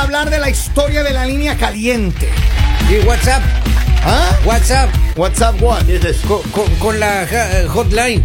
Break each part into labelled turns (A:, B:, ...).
A: hablar de la historia de la línea caliente.
B: Y WhatsApp,
A: ¿Ah?
B: WhatsApp,
A: WhatsApp what?
B: co- co- con la ja- eh, hotline.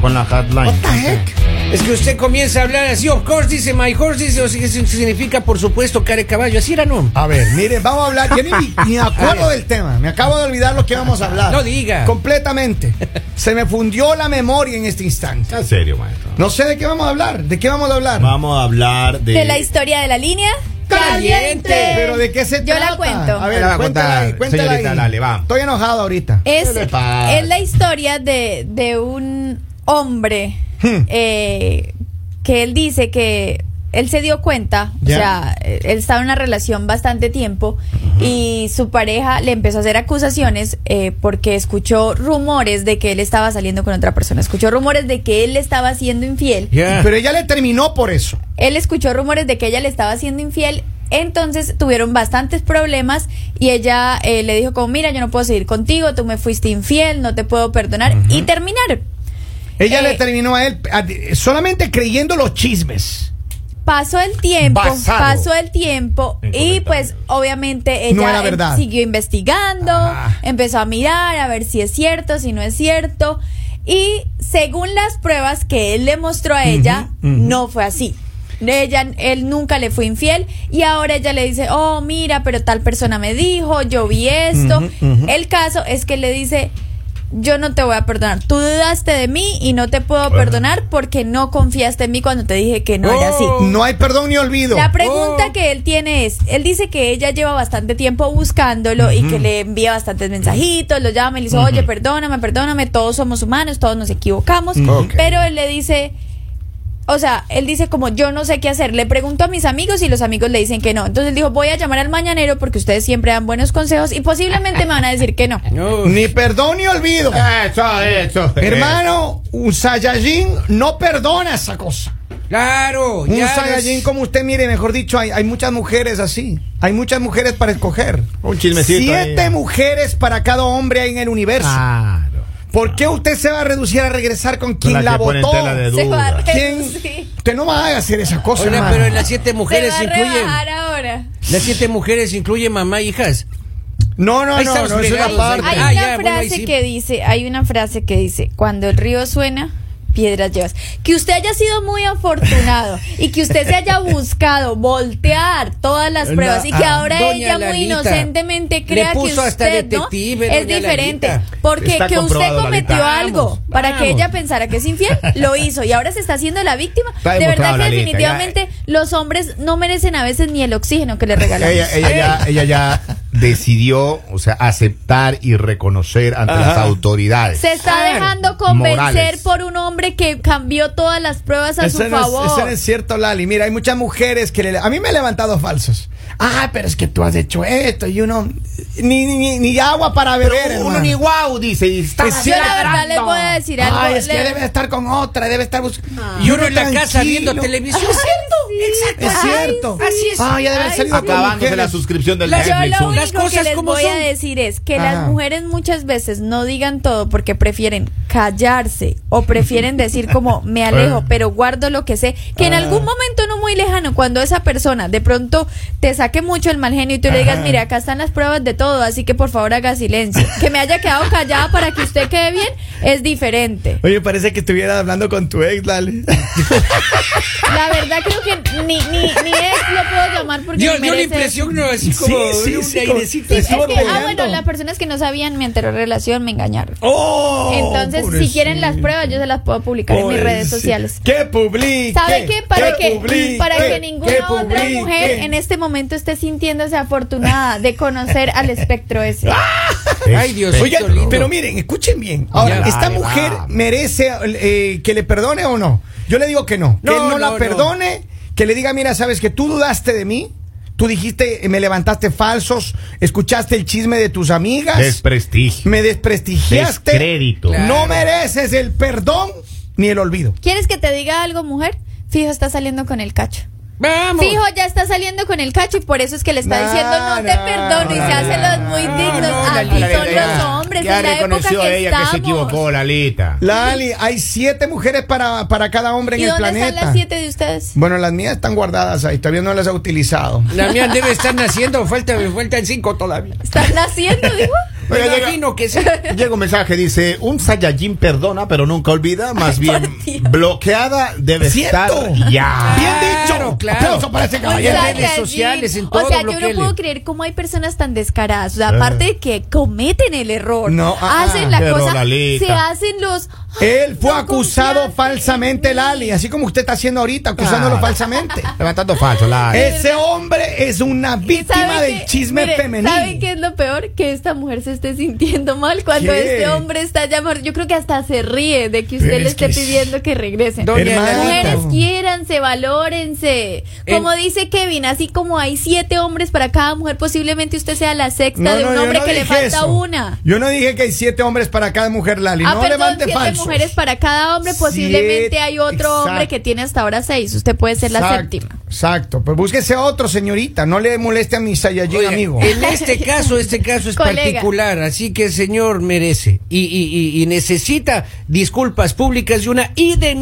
C: Con la
A: What
C: hotline.
A: the heck?
B: Es que usted comienza a hablar así, of course, dice my horse, dice, o sea, eso significa por supuesto care caballo, así era no.
A: A ver, miren, vamos a hablar. Yo ni, ni me acuerdo del tema. Me acabo de olvidar lo que vamos a hablar.
B: No diga.
A: Completamente. Se me fundió la memoria en este instante.
C: Está en serio, maestro.
A: No sé de qué vamos a hablar. ¿De qué vamos a hablar?
C: Vamos a hablar de.
D: De la historia de la línea
B: Caliente.
A: ¿Pero de qué se
D: Yo
A: trata?
D: la cuento.
A: A ver,
C: La va a
A: cuéntala
C: contar,
A: ahí, cuéntala
C: señorita,
A: ahí.
C: dale, va. Eh.
A: Estoy enojado ahorita.
D: Es,
C: ¿Qué le pasa?
D: es la historia de, de un hombre eh, que él dice que él se dio cuenta,
A: Ya.
D: o sea, él estaba en una relación bastante tiempo y su pareja le empezó a hacer acusaciones eh, porque escuchó rumores de que él estaba saliendo con otra persona, escuchó rumores de que él le estaba haciendo infiel.
B: Ya.
A: Pero ella le terminó por eso.
D: Él escuchó rumores de que ella le estaba siendo infiel. Entonces tuvieron bastantes problemas y ella eh, le dijo como, mira, yo no puedo seguir contigo, tú me fuiste infiel, no te puedo perdonar. Y terminaron.
A: Ella
D: Eh,
A: le terminó a él a- solamente creyendo los chismes.
D: Pasó el tiempo,
A: Basado.
D: pasó el tiempo
C: En
D: y
C: comentarios.
D: pues obviamente
A: No
D: ella
A: era verdad.
D: em- siguió investigando,
A: Ah.
D: empezó a mirar a ver si es cierto, si no es cierto y según las pruebas que él le mostró a ella, no fue así. Ella, él nunca le fue infiel y ahora ella le dice, oh mira, pero tal persona me dijo, yo vi esto. El caso es que le dice, yo no te voy a perdonar, tú dudaste de mí y no te puedo
C: Bueno.
D: perdonar porque no confiaste en mí cuando te dije que no era así.
B: Oh.
A: No hay perdón ni olvido.
D: La pregunta
B: Oh.
D: que él tiene es, él dice que ella lleva bastante tiempo buscándolo y que le envía bastantes mensajitos, lo llama y le dice, oye, perdóname, perdóname, todos somos humanos, todos nos equivocamos,
A: Ok.
D: pero él le dice... O sea, él dice como yo no sé qué hacer, le pregunto a mis amigos y los amigos le dicen que no. Entonces él dijo, voy a llamar al mañanero porque ustedes siempre dan buenos consejos y posiblemente me van a decir que no.
B: No.
A: Ni perdón ni olvido.
C: Ah, Eso, eso.
A: Hermano, un Saiyajin no perdona esa cosa.
B: Claro,
A: Un
B: ya.
A: Saiyajin
B: es-
A: como usted, mire, mejor dicho, hay, hay muchas mujeres así. Hay muchas mujeres para escoger.
C: Un chismecito
A: Siete
C: ahí.
A: mujeres para cada hombre hay en el universo.
B: Ah.
C: Claro.
A: ¿Por qué usted se va a reducir a regresar con quien
C: Con
A: la,
C: la que pone
A: votó?
C: en tela de
D: Se va a
C: duda.
A: ¿Quién?
D: reducir.
A: Usted no va a hacer esas cosas,
B: Oiga,
A: hermano.
B: pero las siete
D: Se
B: mujeres
D: va a
B: incluyen.
D: rebajar ahora.
B: Las siete mujeres incluyen mamá e hijas.
A: No, no,
B: Ahí
A: no,
B: estamos
A: no, es una
B: fregados,
A: parte.
D: Hay
B: Ah,
D: una
B: ya, bueno, ahí
D: frase
B: sí.
D: que dice, hay una frase que dice, cuando el río suena, piedras llevas. Que usted haya sido muy afortunado y que usted se haya buscado voltear todas las
B: No,
D: pruebas y que
B: ah,
D: ahora
B: doña
D: ella muy
B: Lalita.
D: inocentemente
B: Le
D: crea que
B: puso
D: usted
B: hasta detective,
D: ¿no? es
B: doña
D: diferente.
B: Lalita.
D: Porque
C: Está
D: que usted
C: comprobado,
D: cometió
C: Lalita.
D: algo
B: Vamos,
D: para que
B: vamos.
D: ella pensara que es infiel, lo hizo y ahora se está haciendo la víctima.
C: Está
D: de verdad
C: demostrado,
D: que
C: Lalita, ya.
D: definitivamente los hombres no merecen a veces ni el oxígeno que le regalamos.
C: Ella, ella ya, ella ya decidió, o sea, aceptar y reconocer ante las autoridades.
D: Se está
B: Claro.
D: dejando convencer
C: Morales.
D: por un hombre que cambió todas las pruebas a
A: Eso
D: su
A: no,
D: favor.
A: es, eso no es cierto, Lali. Mira, hay muchas mujeres que le- a mí me han levantado falsos. Ah, pero es que tú has hecho esto y uno ni, ni- ni, ni agua para beber. hermano.
C: guau dice y está
A: Es
D: Yo la verdad
A: ladrando.
D: les voy a decir algo.
A: Ay, es que
D: Le- Ah.
A: debe estar con otra, debe estar buscando.
B: Y uno en la casa
A: tranquilo.
B: viendo televisión.
D: Sí.
A: Es
D: Ay,
A: cierto.
B: así es.
A: Ah, ya debe haber
D: Ay,
A: salido con
C: acabándose la
A: mujeres.
C: suscripción del
B: Las-
D: Yo
C: Netflix.
D: lo
C: un-
B: Las
D: único que
B: cosas
D: les
B: como
D: voy a
B: son. Ah.
D: decir es que
A: Ajá.
D: las mujeres muchas veces no digan todo porque prefieren callarse o prefieren decir como me
B: Ah.
D: alejo, pero guardo lo que sé, que en algún momento no muy lejano, cuando esa persona de pronto te saque mucho el mal genio y tú le digas, mira, acá están las pruebas de todo, así que por favor haga silencio. Que me haya quedado callada para que usted quede bien es diferente.
A: Oye, parece que estuviera hablando con tu ex, Lali.
D: La verdad creo que ni, ni, ni ex lo puedo llamar porque
B: Dio,
D: ni
B: dio la
D: merece-
B: impresión no, así como
A: sí,
B: un
A: sí, como-
B: airecito.
A: sí,
D: Es
B: así.
D: que,
A: Estuvo
D: ah,
A: peleando.
D: bueno, las personas que no sabían mi anterior relación me engañaron.
A: Oh,
D: Entonces, si quieren las pruebas, yo se las puedo publicar en mis redes sociales.
A: ¿Qué publique?
D: ¿Sabe qué? Para que,
A: publique?
D: para que
A: ¿Qué
D: ninguna otra
A: publique?
D: mujer en este momento esté sintiéndose afortunada de conocer al espectro ese.
B: Ay, Dios
A: Oiga,
B: Qué lindo.
A: pero miren, escuchen bien. Ahora,
B: Ya,
A: ¿esta
C: dale,
A: mujer
C: va.
A: merece eh, que le perdone o no? Yo le digo que no. que
B: No,
A: él no,
B: no,
A: la
B: no.
A: perdone, que le diga, mira, sabes que tú dudaste de mí. Tú dijiste, eh, me levantaste falsos, escuchaste el chisme de tus amigas,
C: Desprestigio.
A: me desprestigiaste.
C: Descrédito.
A: No
B: Claro.
A: mereces el perdón ni el olvido.
D: ¿Quieres que te diga algo, mujer? Fijo, está saliendo con el cacho.
B: Vamos.
D: Fijo, ya está saliendo con el cacho y por eso es que le está
A: No,
D: diciendo no, te
A: no,
D: perdono y
A: no,
D: se hace los
A: no,
D: muy
A: no,
D: dignos.
B: no, la
D: Aquí
B: Lalita,
D: son
B: ya.
D: los hombres,
C: ya
D: es la época
C: reconoció
D: que
C: ella
D: estamos.
C: que se equivocó, Lalita.
A: Lali, hay siete mujeres para, para cada hombre en
D: ¿Y
A: el
D: dónde
A: planeta.
D: están las siete de ustedes?
A: Bueno, las mías están guardadas ahí, todavía no las he utilizado.
B: La mía debe estar naciendo, falta, faltan cinco todavía.
D: ¿Están naciendo, dijo?
B: Me
C: Oiga, llega-
B: imagino que sí.
C: Llega un mensaje, dice, un Saiyajin perdona, pero nunca olvida, más bien
D: por Dios.
C: bloqueada debe
A: ¿Cierto?
C: estar ya.
A: Bien
B: Claro,
A: dicho.
B: claro.
A: Aplauso para ese
D: O
A: caballero.
B: en
D: sea,
B: redes
D: que allí-
B: sociales, en
D: O
B: todo,
D: sea, yo
B: bloquéale.
D: no puedo creer cómo hay personas tan descaradas. O sea, aparte de que cometen el error,
A: Eh. No, ah,
D: hacen la
C: pero
D: cosa,
C: Lalita.
D: se hacen los.
A: Él fue
D: No
A: acusado
D: confiaste
A: falsamente,
D: en mí.
A: Lali, así como usted está haciendo ahorita, acusándolo
C: Ah.
A: falsamente.
C: Levantando falso, la
A: Ese hombre es una víctima
D: ¿Saben
A: del
D: qué?
A: chisme
D: Mire,
A: femenino.
D: ¿Saben qué es lo peor? Que esta mujer se esté sintiendo mal cuando
A: ¿Qué?
D: este hombre está llamando. Yo creo que hasta se ríe de que usted
A: Pero
D: le
A: es
D: esté
A: que-
D: pidiendo que regresen.
B: Doña
A: Hermanito.
D: Mujeres, quiéranse,
A: Eh,
D: valórense.
B: En-
D: Como dice Kevin, así como hay siete hombres para cada mujer, posiblemente usted sea la sexta de un
A: yo
D: hombre que le
A: dije
D: falta
A: eso.
D: una.
A: Yo no dije que hay siete hombres para cada mujer, Lali.
D: Ah,
A: no
D: perdón,
A: levante
D: siete
A: falsos.
D: mujeres para cada hombre. Posiblemente
A: Siete,
D: hay otro hombre
A: exacto.
D: que tiene hasta ahora seis. Usted puede ser la
A: Exacto,
D: séptima.
A: Exacto. Pues búsquese a otro, señorita. No le moleste a mi Saiyajin,
B: Oiga,
A: amigo.
B: En este caso, este caso es
D: Colega.
B: particular, así que el señor merece y, y- y- y necesita disculpas públicas y una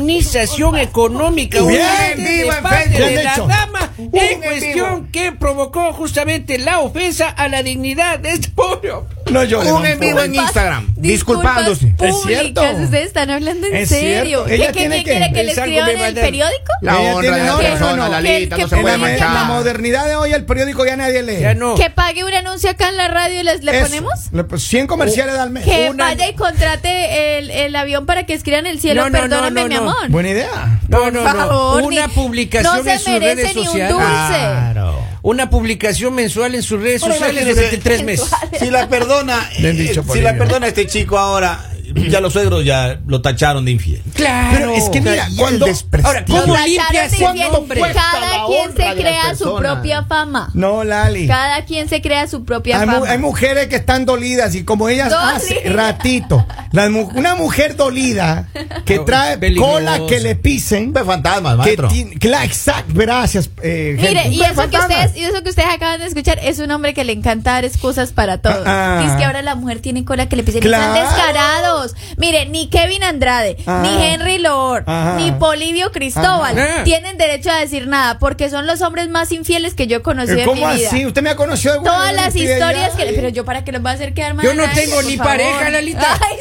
B: indemnización económica.
A: Bien,
B: urgente
A: vivo
B: de
A: en
B: parte
A: Facebook.
B: de
A: Bien
B: la
A: hecho.
B: dama
A: Bien
B: en
A: en
B: cuestión que provocó justamente la ofensa a la dignidad de este pobre hombre.
A: No llores.
C: Un
A: don
C: en vivo
A: Polo.
C: en Instagram,
D: Disculpas
C: disculpándose.
A: Es cierto.
D: Públicas, ustedes están hablando en
A: Es
D: serio.
A: cierto. Ella
D: ¿Qué, qué,
A: tiene
D: qué
A: que
D: quiere que le
B: pensar con
D: escriban en el
B: verdad.
D: periódico?
C: La
A: Ella
C: honra
A: tiene
C: de la
A: honra.
C: persona,
D: No,
C: Lalita,
D: que-
C: no
D: que
C: se
A: En la,
C: puede
D: ponga-
A: me- en la
C: manchar.
A: modernidad de hoy el periódico ya nadie lee.
B: Ya no.
D: Que pague un anuncio acá en la radio y les, le
A: Eso.
D: ponemos.
A: Le- pues, 100 comerciales al mes.
D: Que
B: Una-
D: vaya y contrate el, el avión para que escriban el cielo.
B: No, no, no,
D: Perdóname,
B: no,
D: mi
B: no.
D: amor.
A: Buena idea.
B: No, no,
D: Por
B: no.
D: favor,
B: Una
D: ni-
B: publicación
D: no se
B: en sus
D: merece
B: redes
D: ni un
B: sociales. Ah.
D: dulce.
C: Claro.
B: Una publicación mensual en sus redes
E: Ahora
B: sociales
E: imagínese-
B: durante tres meses.
E: Si la perdona,
A: Bien
E: eh,
A: dicho,
E: si
A: Polibio.
E: la perdona este chico ahora, ya los suegros ya lo tacharon de infiel.
B: Claro.
A: Pero es que mira,
C: Y el
A: cuando.
C: desprestigio.
A: Ahora,
D: Los
B: ¿Cómo
D: tacharon
B: limpias
D: de
B: ese
D: bien.
B: nombre?
D: Cada
C: La honra
D: quien
C: de
D: se
C: la
D: crea su
C: persona.
D: propia fama.
A: no, Lali.
D: Cada quien se crea su propia
A: Hay, mu-
D: fama.
A: hay mujeres que están dolidas y como ellas
D: Dolida.
A: hace ratito. las mu- una mujer dolida que
B: No,
A: trae
B: peligroso.
A: cola que le pisen.
C: Ve fantasmas,
A: Que
C: maestro.
A: tiene- cla- exacto, gracias. eh,
D: Mire,
A: gente.
D: y eso, que ustedes, y eso que ustedes acaban de escuchar es un hombre que le encanta dar excusas para todo.
A: Ah, ah.
D: Dice que ahora la mujer tiene cola que le pisen.
A: Claro.
D: Están descarados. Mire, ni Kevin Andrade,
A: Ajá.
D: ni Henry Lord,
A: Ajá.
D: ni Polivio Cristóbal
B: Ajá.
D: tienen derecho a decir nada porque son los hombres más infieles que yo he conocido
A: Eh,
D: en mi
A: ¿Cómo
D: vida.
A: así? ¿Usted me ha conocido alguna
D: Todas
A: vez?
D: las
A: Estoy
D: historias
A: allá.
D: que le, Pero yo, ¿para qué los voy a hacer quedar mal?
B: Yo no
D: a nadie,
B: tengo
D: por
B: ni
D: favor?
B: pareja, Lalita.
D: Ay,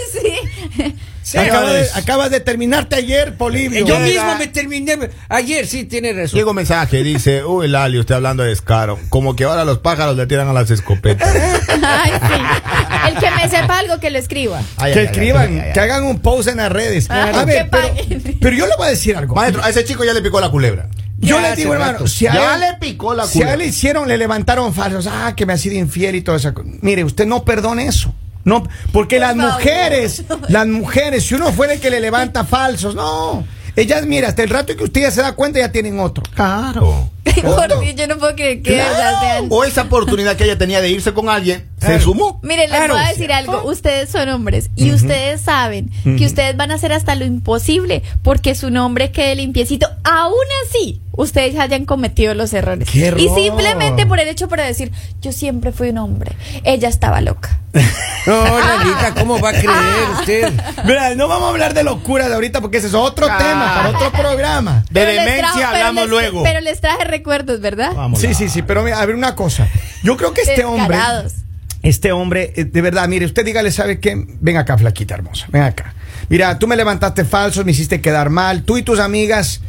D: sí.
A: Acabas de,
E: Señores.
A: acabas de terminarte ayer, Polibio.
B: Yo
C: Llega-
B: mismo me terminé. Ayer sí, tiene razón.
C: Llega un mensaje, dice, uy, Lali, usted hablando de descaro. Como que ahora los pájaros le tiran a las escopetas.
D: Ay, sí. El que me sepa algo, que lo escriba.
C: Ay,
A: que
C: ay, ay,
A: escriban,
C: ay, ay, ay.
A: que hagan un post en las redes.
D: Ah,
A: a
D: que
A: ver, pero,
D: paguen.
A: pero yo le voy a decir algo.
C: Maestro, a ese chico ya le picó la culebra.
A: Yo
B: Ya
A: le digo,
B: hace
A: hermano,
B: rato.
A: si a,
C: Ya
A: él,
C: le picó la
A: si a él
C: culebra.
A: le hicieron, le levantaron falsos, ah, que me ha sido infiel y todo eso. Mire, usted no perdone eso. No, porque las
D: favor.
A: mujeres, las mujeres, si uno fuera el que le levanta falsos, no. Ellas, mira, hasta el rato que usted ya se da cuenta, ya tienen otro.
C: Claro.
D: Por Dios, yo no puedo creer que
C: Claro.
D: esas sean
C: O esa oportunidad que ella tenía de irse con alguien, se
A: Claro.
C: sumó.
D: Miren, les
B: Claro.
D: voy a decir algo. Ustedes son hombres y ustedes saben que ustedes van a hacer hasta lo imposible porque su nombre quede limpiecito. Aún así, ustedes hayan cometido los errores.
A: ¡Qué error!
D: y simplemente por el hecho para decir, yo siempre fui un hombre. Ella estaba loca.
B: No, Lalita, ¿cómo va a creer usted?
A: Mira, no vamos a hablar de locura de ahorita porque ese es otro
C: Ah.
A: tema para otro programa.
C: De
D: Pero les
C: demencia
D: trajo- pero
C: hablamos
D: les-
C: luego.
D: Pero les traje recuerdos, ¿verdad?
C: Vamos,
A: Sí,
C: Lali.
A: sí, sí, pero mira, a ver una cosa. Yo creo que este hombre,
D: Descarados.
A: este hombre, eh, de verdad, mire, usted dígale, ¿sabe qué? Ven acá, flaquita hermosa, ven acá. Mira, tú me levantaste falso, me hiciste quedar mal, tú y tus amigas,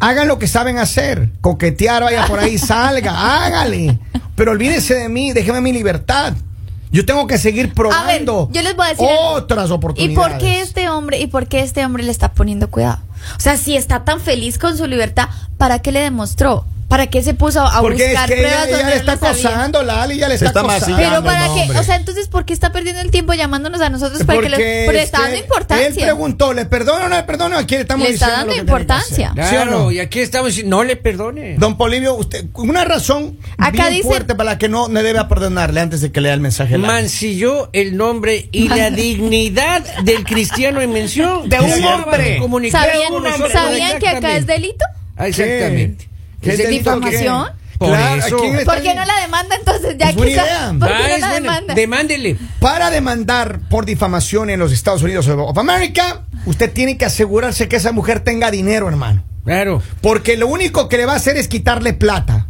A: hagan lo que saben hacer, coquetear, vaya por ahí, salga, hágale. Pero olvídense de mí, déjeme mi libertad. Yo tengo que seguir
D: A ver,
A: probando
D: yo les voy a decir algo.
A: otras
D: ¿Y
A: oportunidades.
D: por qué este hombre y por qué este hombre le está poniendo cuidado? O sea, si está tan feliz con su libertad, ¿para qué le demostró? ¿Para qué se puso a
A: Porque es
D: buscar
A: que ella,
D: pruebas
A: ella
D: donde
A: le
D: no
A: está
D: las había?
A: acosando, Lali, ya le
C: Se
A: está,
C: está
A: acosando.
C: masillando.
D: Pero
C: Dando
D: para
C: el
D: qué,
C: nombre.
D: o sea, entonces ¿por qué está perdiendo el tiempo llamándonos a nosotros para que le pero le está dando
A: este, Él
D: importancia?
A: preguntó, ¿le perdono o no le perdono? Aquí le estamos
D: Le está
A: diciendo
D: dando
A: lo que tiene que
D: importancia.
A: hacer. ¿Sí o
B: Claro,
A: no?
B: y aquí estamos diciendo, no le perdone.
A: Don Polivio, usted, una razón
D: Acá
A: bien
D: dice-
A: fuerte para la que no me debe perdonarle antes de que lea el mensaje. Lali.
B: Mancilló el nombre y la dignidad del cristiano en mención.
C: De un
B: Acaba
C: hombre.
B: de comunicar
D: ¿Sabían,
B: con nosotros
D: sabían que acá es
B: exactamente.
D: delito?
B: Ah, Exactamente.
A: ¿Qué
D: ¿Es
A: delito
D: difamación?
A: quiere?
B: Por
A: Claro, ¿a
B: eso.
A: quién le
D: ¿Por
A: está-
D: qué no la demanda entonces? Ya
A: Es buena
D: quizá-
A: idea.
D: ¿Por
B: Ah,
D: qué no
B: es
D: la
B: buena.
D: demanda?
B: Demándele.
A: Para demandar por difamación en los Estados Unidos of America, usted tiene que asegurarse que esa mujer tenga dinero, hermano.
B: Claro.
A: Porque lo único que le va a hacer es quitarle plata.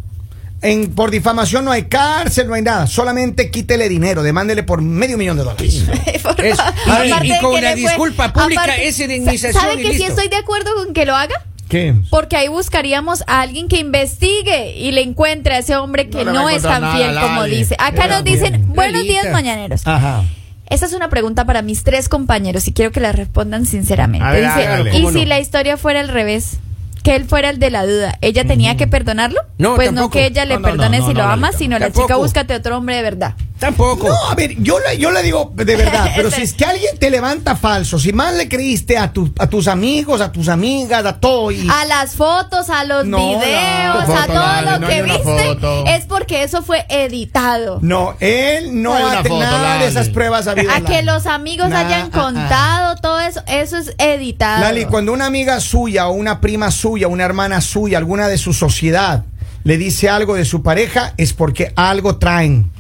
A: En, por difamación no hay cárcel, no hay nada. Solamente quítele dinero, demándele por medio millón de dólares.
D: Por
B: Eso.
D: favor.
B: Y- y
D: Aparte de
B: con
D: que
B: una
D: le fue-
B: disculpa pública,
D: aparte-
B: ese de indemnización
D: ¿Sabe
B: y
D: que sí
B: listo?
D: estoy de acuerdo con que lo haga?
A: ¿Qué?
D: Porque ahí buscaríamos a alguien que investigue y le encuentre a ese hombre que
C: No
D: no,
C: le va a
D: es
C: encontrar
D: tan
C: nada,
D: fiel
C: nadie.
D: como dice. Acá
A: Era
D: nos dicen,
A: bien.
D: buenos
B: Lalita.
D: días mañaneros.
A: Ajá.
D: Esa es una pregunta para mis tres compañeros y quiero que la respondan sinceramente.
C: A ver,
D: Dice,
C: hágale.
D: ¿y
B: ¿Cómo
D: si
B: no?
D: la historia fuera al revés? Que él fuera el de la duda. ¿Ella tenía que perdonarlo?
B: No,
D: pues no
B: tampoco.
D: que ella le
E: No, no,
D: perdone
E: no,
D: si
E: no,
D: lo
E: no,
D: ama,
E: Lalita.
D: sino la chica
B: Tampoco.
D: búscate otro hombre de verdad.
B: Tampoco.
A: No, a ver, yo le, yo le digo de verdad, pero si es que alguien te levanta falso, si más le creíste a, tu- a tus amigos, a tus amigas, a todo y...
C: Ah.
D: A las fotos, a los
A: No,
D: videos,
A: no,
C: foto,
D: a todo
C: dale,
D: lo
C: no hay
D: que
C: una
D: viste,
C: foto.
D: es porque eso fue editado.
A: No, él no
C: No hay
A: va
C: una
A: a tener
C: foto,
A: nada de
C: Lali.
A: esas pruebas a
D: A que los amigos
A: Nah,
D: hayan
A: ah, ah.
D: contado todo eso, eso es editado.
A: Lali, cuando una amiga suya o una prima suya, una hermana suya, alguna de su sociedad le dice algo de su pareja, es porque algo traen.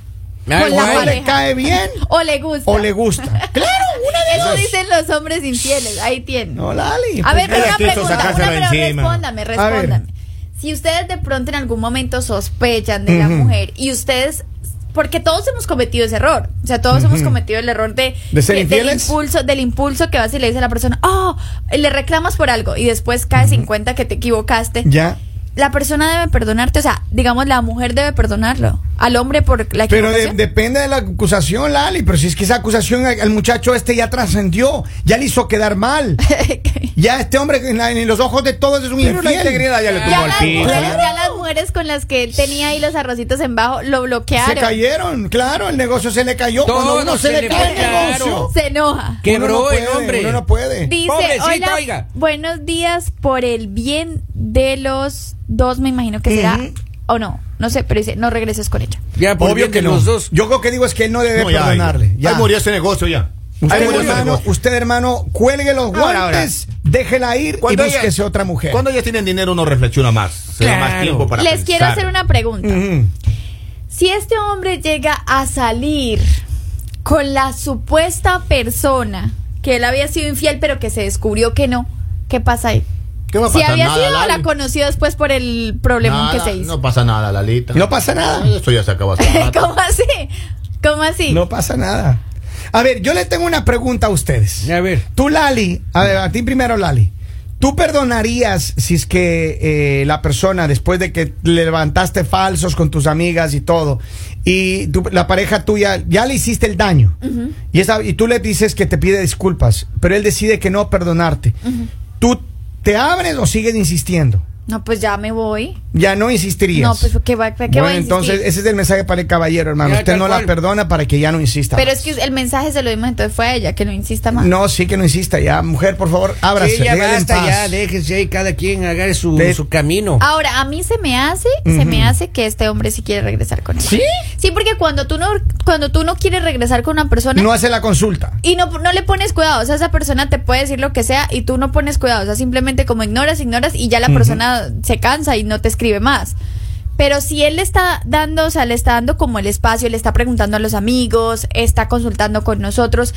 B: Ah,
D: Con la
A: O
B: guay.
A: le
D: pareja.
A: cae bien
D: o le gusta.
A: o le gusta.
D: Claro, una de Eso dicen los hombres infieles, ahí tienen.
A: No, Lali. pues
D: A ver,
C: Era
D: pero una
C: Cristo
D: pregunta,
C: sacársela
D: una pregunta,
C: encima.
D: respóndame, respóndame. Si ustedes de pronto en algún momento sospechan de la
A: Ujú.
D: mujer y ustedes porque todos hemos cometido ese error, o sea, todos hemos cometido el error de,
A: ¿De ser
D: del
A: infieles?
D: impulso, del impulso que vas y le dices a la persona, "Oh, le reclamas por algo" y después caes en cuenta que te equivocaste.
A: Ya.
D: La persona debe perdonarte, o sea, digamos la mujer debe perdonarlo al hombre por la
A: Pero de-
D: equivocación.
A: depende de la acusación, Lali. Pero si es que esa acusación al, al muchacho este ya trascendió, ya le hizo quedar mal. ya este hombre en, la- en los ojos de todos es un
C: Pero la
A: infiel.
C: integridad ya le tuvo
D: ya,
C: al
D: las
C: piso.
D: mujeres, ya las mujeres con las que él tenía ahí los arrocitos en bajo lo
A: Se
D: bloquearon.
A: cayeron, claro, el negocio se le cayó.
B: Todo
A: Cuando uno se,
B: se
A: le,
B: le
A: cae
B: fue,
A: el negocio,
B: claro.
D: Se enoja.
B: Quebró
A: uno no
B: el
A: puede,
B: hombre.
A: Uno no puede.
D: Dice,
B: Pobrecito,
D: hola,
B: oiga.
D: buenos días por el bien de los dos, me imagino que será,
A: Ujú.
D: o no, no sé, pero dice, no regreses con ella.
B: Ya, por bien de los dos.
A: Yo lo que digo es que él no debe
C: No, ya,
A: perdonarle. Ya.
C: ya. Ahí murió ese negocio ya. Ahí
A: Usted,
C: murió ese
A: hermano,
C: negocio.
A: usted, hermano, cuelgue los
C: Ahora,
A: guantes, déjela ir y
C: Cuando
A: búsquese
C: ellas-
A: otra mujer.
C: Cuando ellas tienen dinero uno reflexiona más. Se da más
B: Claro.
C: tiempo para
D: Les quiero
C: pensar.
D: hacer una pregunta.
A: Ujú.
D: Si este hombre llega a salir con la supuesta persona que él había sido infiel, pero que se descubrió que no, ¿qué pasa ahí?
C: ¿Qué va a
D: Si
C: pasar?
D: había
C: Nada,
D: sido o la
C: Lali.
D: conoció después por el problema que
C: Nada,
D: se hizo.
C: No pasa nada, Lalita.
A: No pasa nada.
C: Eso ya se acabó hace rato.
D: ¿Cómo así? ¿Cómo así?
A: No pasa nada. A ver, yo le tengo una pregunta a ustedes.
B: A ver.
A: Tú, Lali, a, ver, a ti primero, Lali. ¿Tú perdonarías si es que eh, la persona, después de que le levantaste falsos con tus amigas y todo, y tu- la pareja tuya ya le hiciste el daño, y, esa- y tú le dices que te pide disculpas, pero él decide que no perdonarte, ¿tú te abres o sigues insistiendo?
D: No, pues ya me voy.
A: Ya no insistirías.
D: No, pues ¿qué va, qué
A: bueno,
D: voy a
A: entonces
D: insistir?
A: ese es el mensaje para el caballero, hermano.
B: Ya,
A: Usted
B: tal
A: no la
B: cual.
A: perdona para que ya no insista.
D: Pero
A: más.
D: es que el mensaje se lo dimos entonces fue a ella, que no insista más.
A: No, sí que no insista ya. Mujer, por favor, ábrase.
B: Sí, ya
A: déjala en
B: basta,
A: paz.
B: ya, déjense ahí, cada quien haga su,
A: De-
B: su camino.
D: Ahora, a mí se me hace, se me hace que este hombre sí quiere regresar con ella.
A: ¿Sí?
D: Sí, porque cuando tú no, cuando tú no quieres regresar con una persona
A: No hace la consulta.
D: y no, no le pones cuidado, o sea, esa persona te puede decir lo que sea y tú no pones cuidado, o sea, simplemente como ignoras, ignoras y ya la persona se cansa y no te escribe más. Pero si él le está dando, o sea, le está dando como el espacio, le está preguntando a los amigos, está consultando con nosotros,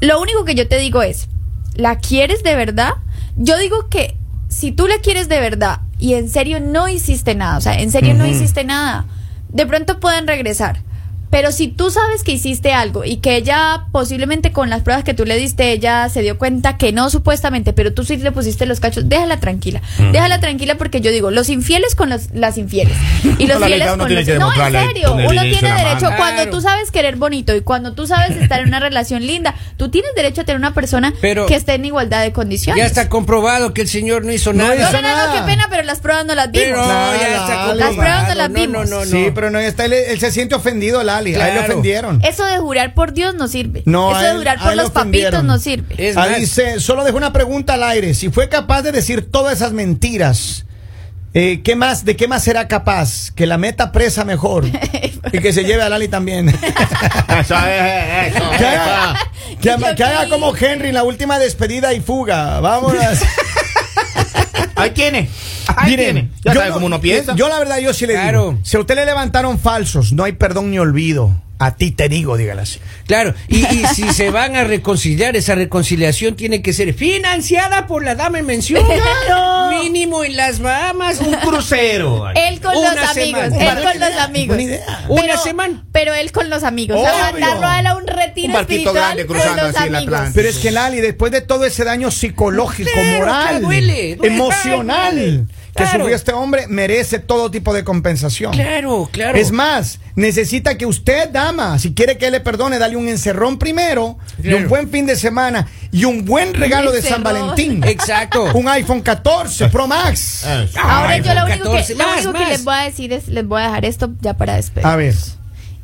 D: lo único que yo te digo es, ¿la quieres de verdad? Yo digo que si tú la quieres de verdad y en serio no hiciste nada, o sea, en serio no hiciste nada, de pronto pueden regresar. Pero si tú sabes que hiciste algo y que ella posiblemente con las pruebas que tú le diste, ella se dio cuenta que no supuestamente, pero tú sí le pusiste los cachos, déjala tranquila. Déjala tranquila porque yo digo, los infieles con los- las infieles. Y los
C: No, la
D: fieles
C: letra uno
D: con
C: tiene
D: los...
C: que
D: No, en
C: demostrarle
D: serio,
C: con el
D: uno
C: derecho
D: tiene
C: en la
D: derecho.
C: mano.
D: Cuando
B: Claro.
D: tú sabes querer bonito y cuando tú sabes estar en una relación linda, tú tienes derecho a tener una persona
B: Pero-
D: que esté en igualdad de condiciones.
B: Ya está comprobado que el señor no hizo
A: No
B: nada.
D: No, no,
A: hizo
D: no, no, qué pena, pero las pruebas no las vimos.
B: Pero
A: Nada,
B: ya está
A: dale.
B: comprobado.
A: Las
D: pruebas no las vimos.
B: No, no, no.
A: Sí, pero no, ya está. Él, él se siente ofendido, Lali. A él le
B: Claro.
A: ofendieron.
D: Eso de jurar por Dios no sirve.
A: No,
D: Eso
A: a
D: de
A: él-
D: jurar
A: a
D: por
A: él
D: los papitos
A: ofendieron.
D: no sirve.
B: Es
A: Ah,
B: más,
A: dice, solo dejó una pregunta al aire. Si fue capaz de decir todas esas mentiras, eh, ¿qué más, ¿de qué más será capaz? Que la meta presa mejor. y que se lleve a Lali también.
C: Eso es, eso
A: que
C: es.
A: haga, que ama-
D: Yo
A: que haga
D: creí.
A: como Henry en la última despedida y fuga. Vámonos.
C: Ahí tiene. Ahí
A: Miren,
C: tiene. Ya
A: yo
C: sabe
A: no- eh,
C: cómo uno piensa.
A: Yo la verdad, yo sí le
B: Claro.
A: digo. Si a usted le levantaron falsos, no hay perdón ni olvido. A ti te digo, dígale así.
B: Claro, y, y si se van a reconciliar, esa reconciliación tiene que ser financiada por la dama en mención. Mínimo en las Bahamas.
E: Un crucero. ay.
D: Él con
B: Una
D: los amigos,
B: semana.
D: él con los amigos.
A: Buena idea.
B: Una semana.
D: Pero él con los amigos.
C: Obvio.
D: A mandarlo a él a un retiro
C: Un barquito
D: espiritual
C: grande cruzando
D: con los
C: así el
D: amigos.
C: Atlántico.
A: Pero es que Lali, después de todo ese daño psicológico,
B: Claro que
A: moral,
B: duele, duele,
A: emocional
B: duele.
A: que
B: Claro.
A: sufrió este hombre, merece todo tipo de compensación.
B: Claro, claro.
A: Es más, necesita que usted, dama, si quiere que le perdone, dale un encerrón primero y un
B: Claro.
A: buen fin de semana y un buen regalo de San
D: encerrón.
A: Valentín.
B: Exacto.
A: Un iPhone 14 Pro Max.
C: Ah, sí.
D: Ahora
B: Ay,
D: yo lo
B: con
D: único,
B: 14,
D: que, lo
B: más,
D: único que
B: más.
D: les voy a decir es, les voy a dejar esto ya para después.
A: A ver.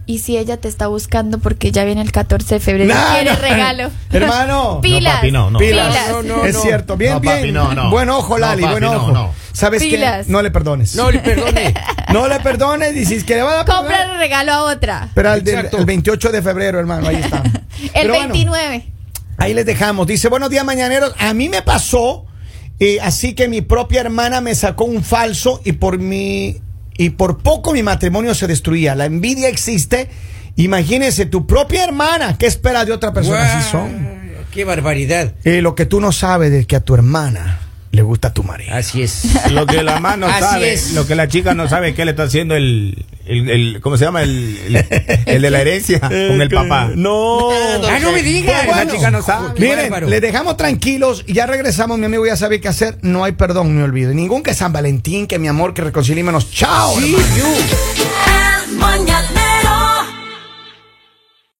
D: Y si ella te está buscando porque ya viene el 14 de febrero,
A: No,
D: quiere
A: no.
D: regalo.
A: Hermano. No,
D: pilas.
E: papi, no, no.
A: Pilas.
D: Pilas.
B: No, no,
A: es
B: no.
A: cierto. Bien,
C: No,
A: bien.
C: papi, no, no.
A: Buen ojo, Lali.
C: No, papi,
A: buen
C: no,
A: ojo.
C: no.
A: ¿Sabes
D: Pilas.
A: qué? No le perdones.
B: No, le perdone.
A: No le perdones. Y si es que le va a pagar-
D: Compra el regalo a otra.
A: Pero el, del-
B: Exacto.
A: el 28 de febrero, hermano. Ahí está.
D: El
A: Pero bueno,
D: 29.
A: ahí les dejamos. Dice, buenos días, mañaneros. A mí me pasó. eh, así que mi propia hermana me sacó un falso y por mi y por poco mi matrimonio se destruía. La envidia existe. Imagínense, tu propia hermana, ¿qué espera de otra persona?
B: Guau,
A: Así son.
B: Qué barbaridad.
A: Eh, lo que tú no sabes es que a tu hermana le gusta tu marido.
E: Ah,
B: Así es.
E: Lo que la mano
B: Así
E: sabe,
B: es.
E: lo que la chica no sabe, ¿qué le está haciendo el, el, el- ¿cómo se llama? El, el, el de la herencia con el papá.
A: No.
B: Ah, no me digas.
E: Bueno, la chica no sabe.
B: Qué bárbaro.
A: Miren, les dejamos tranquilos y ya regresamos. Mi amigo ya sabe qué hacer. No hay perdón, me olvido. Ningún que San Valentín, que mi amor, que reconciliémonos. Chao.
B: Sí,
A: hermano.
B: you.
F: El mañanero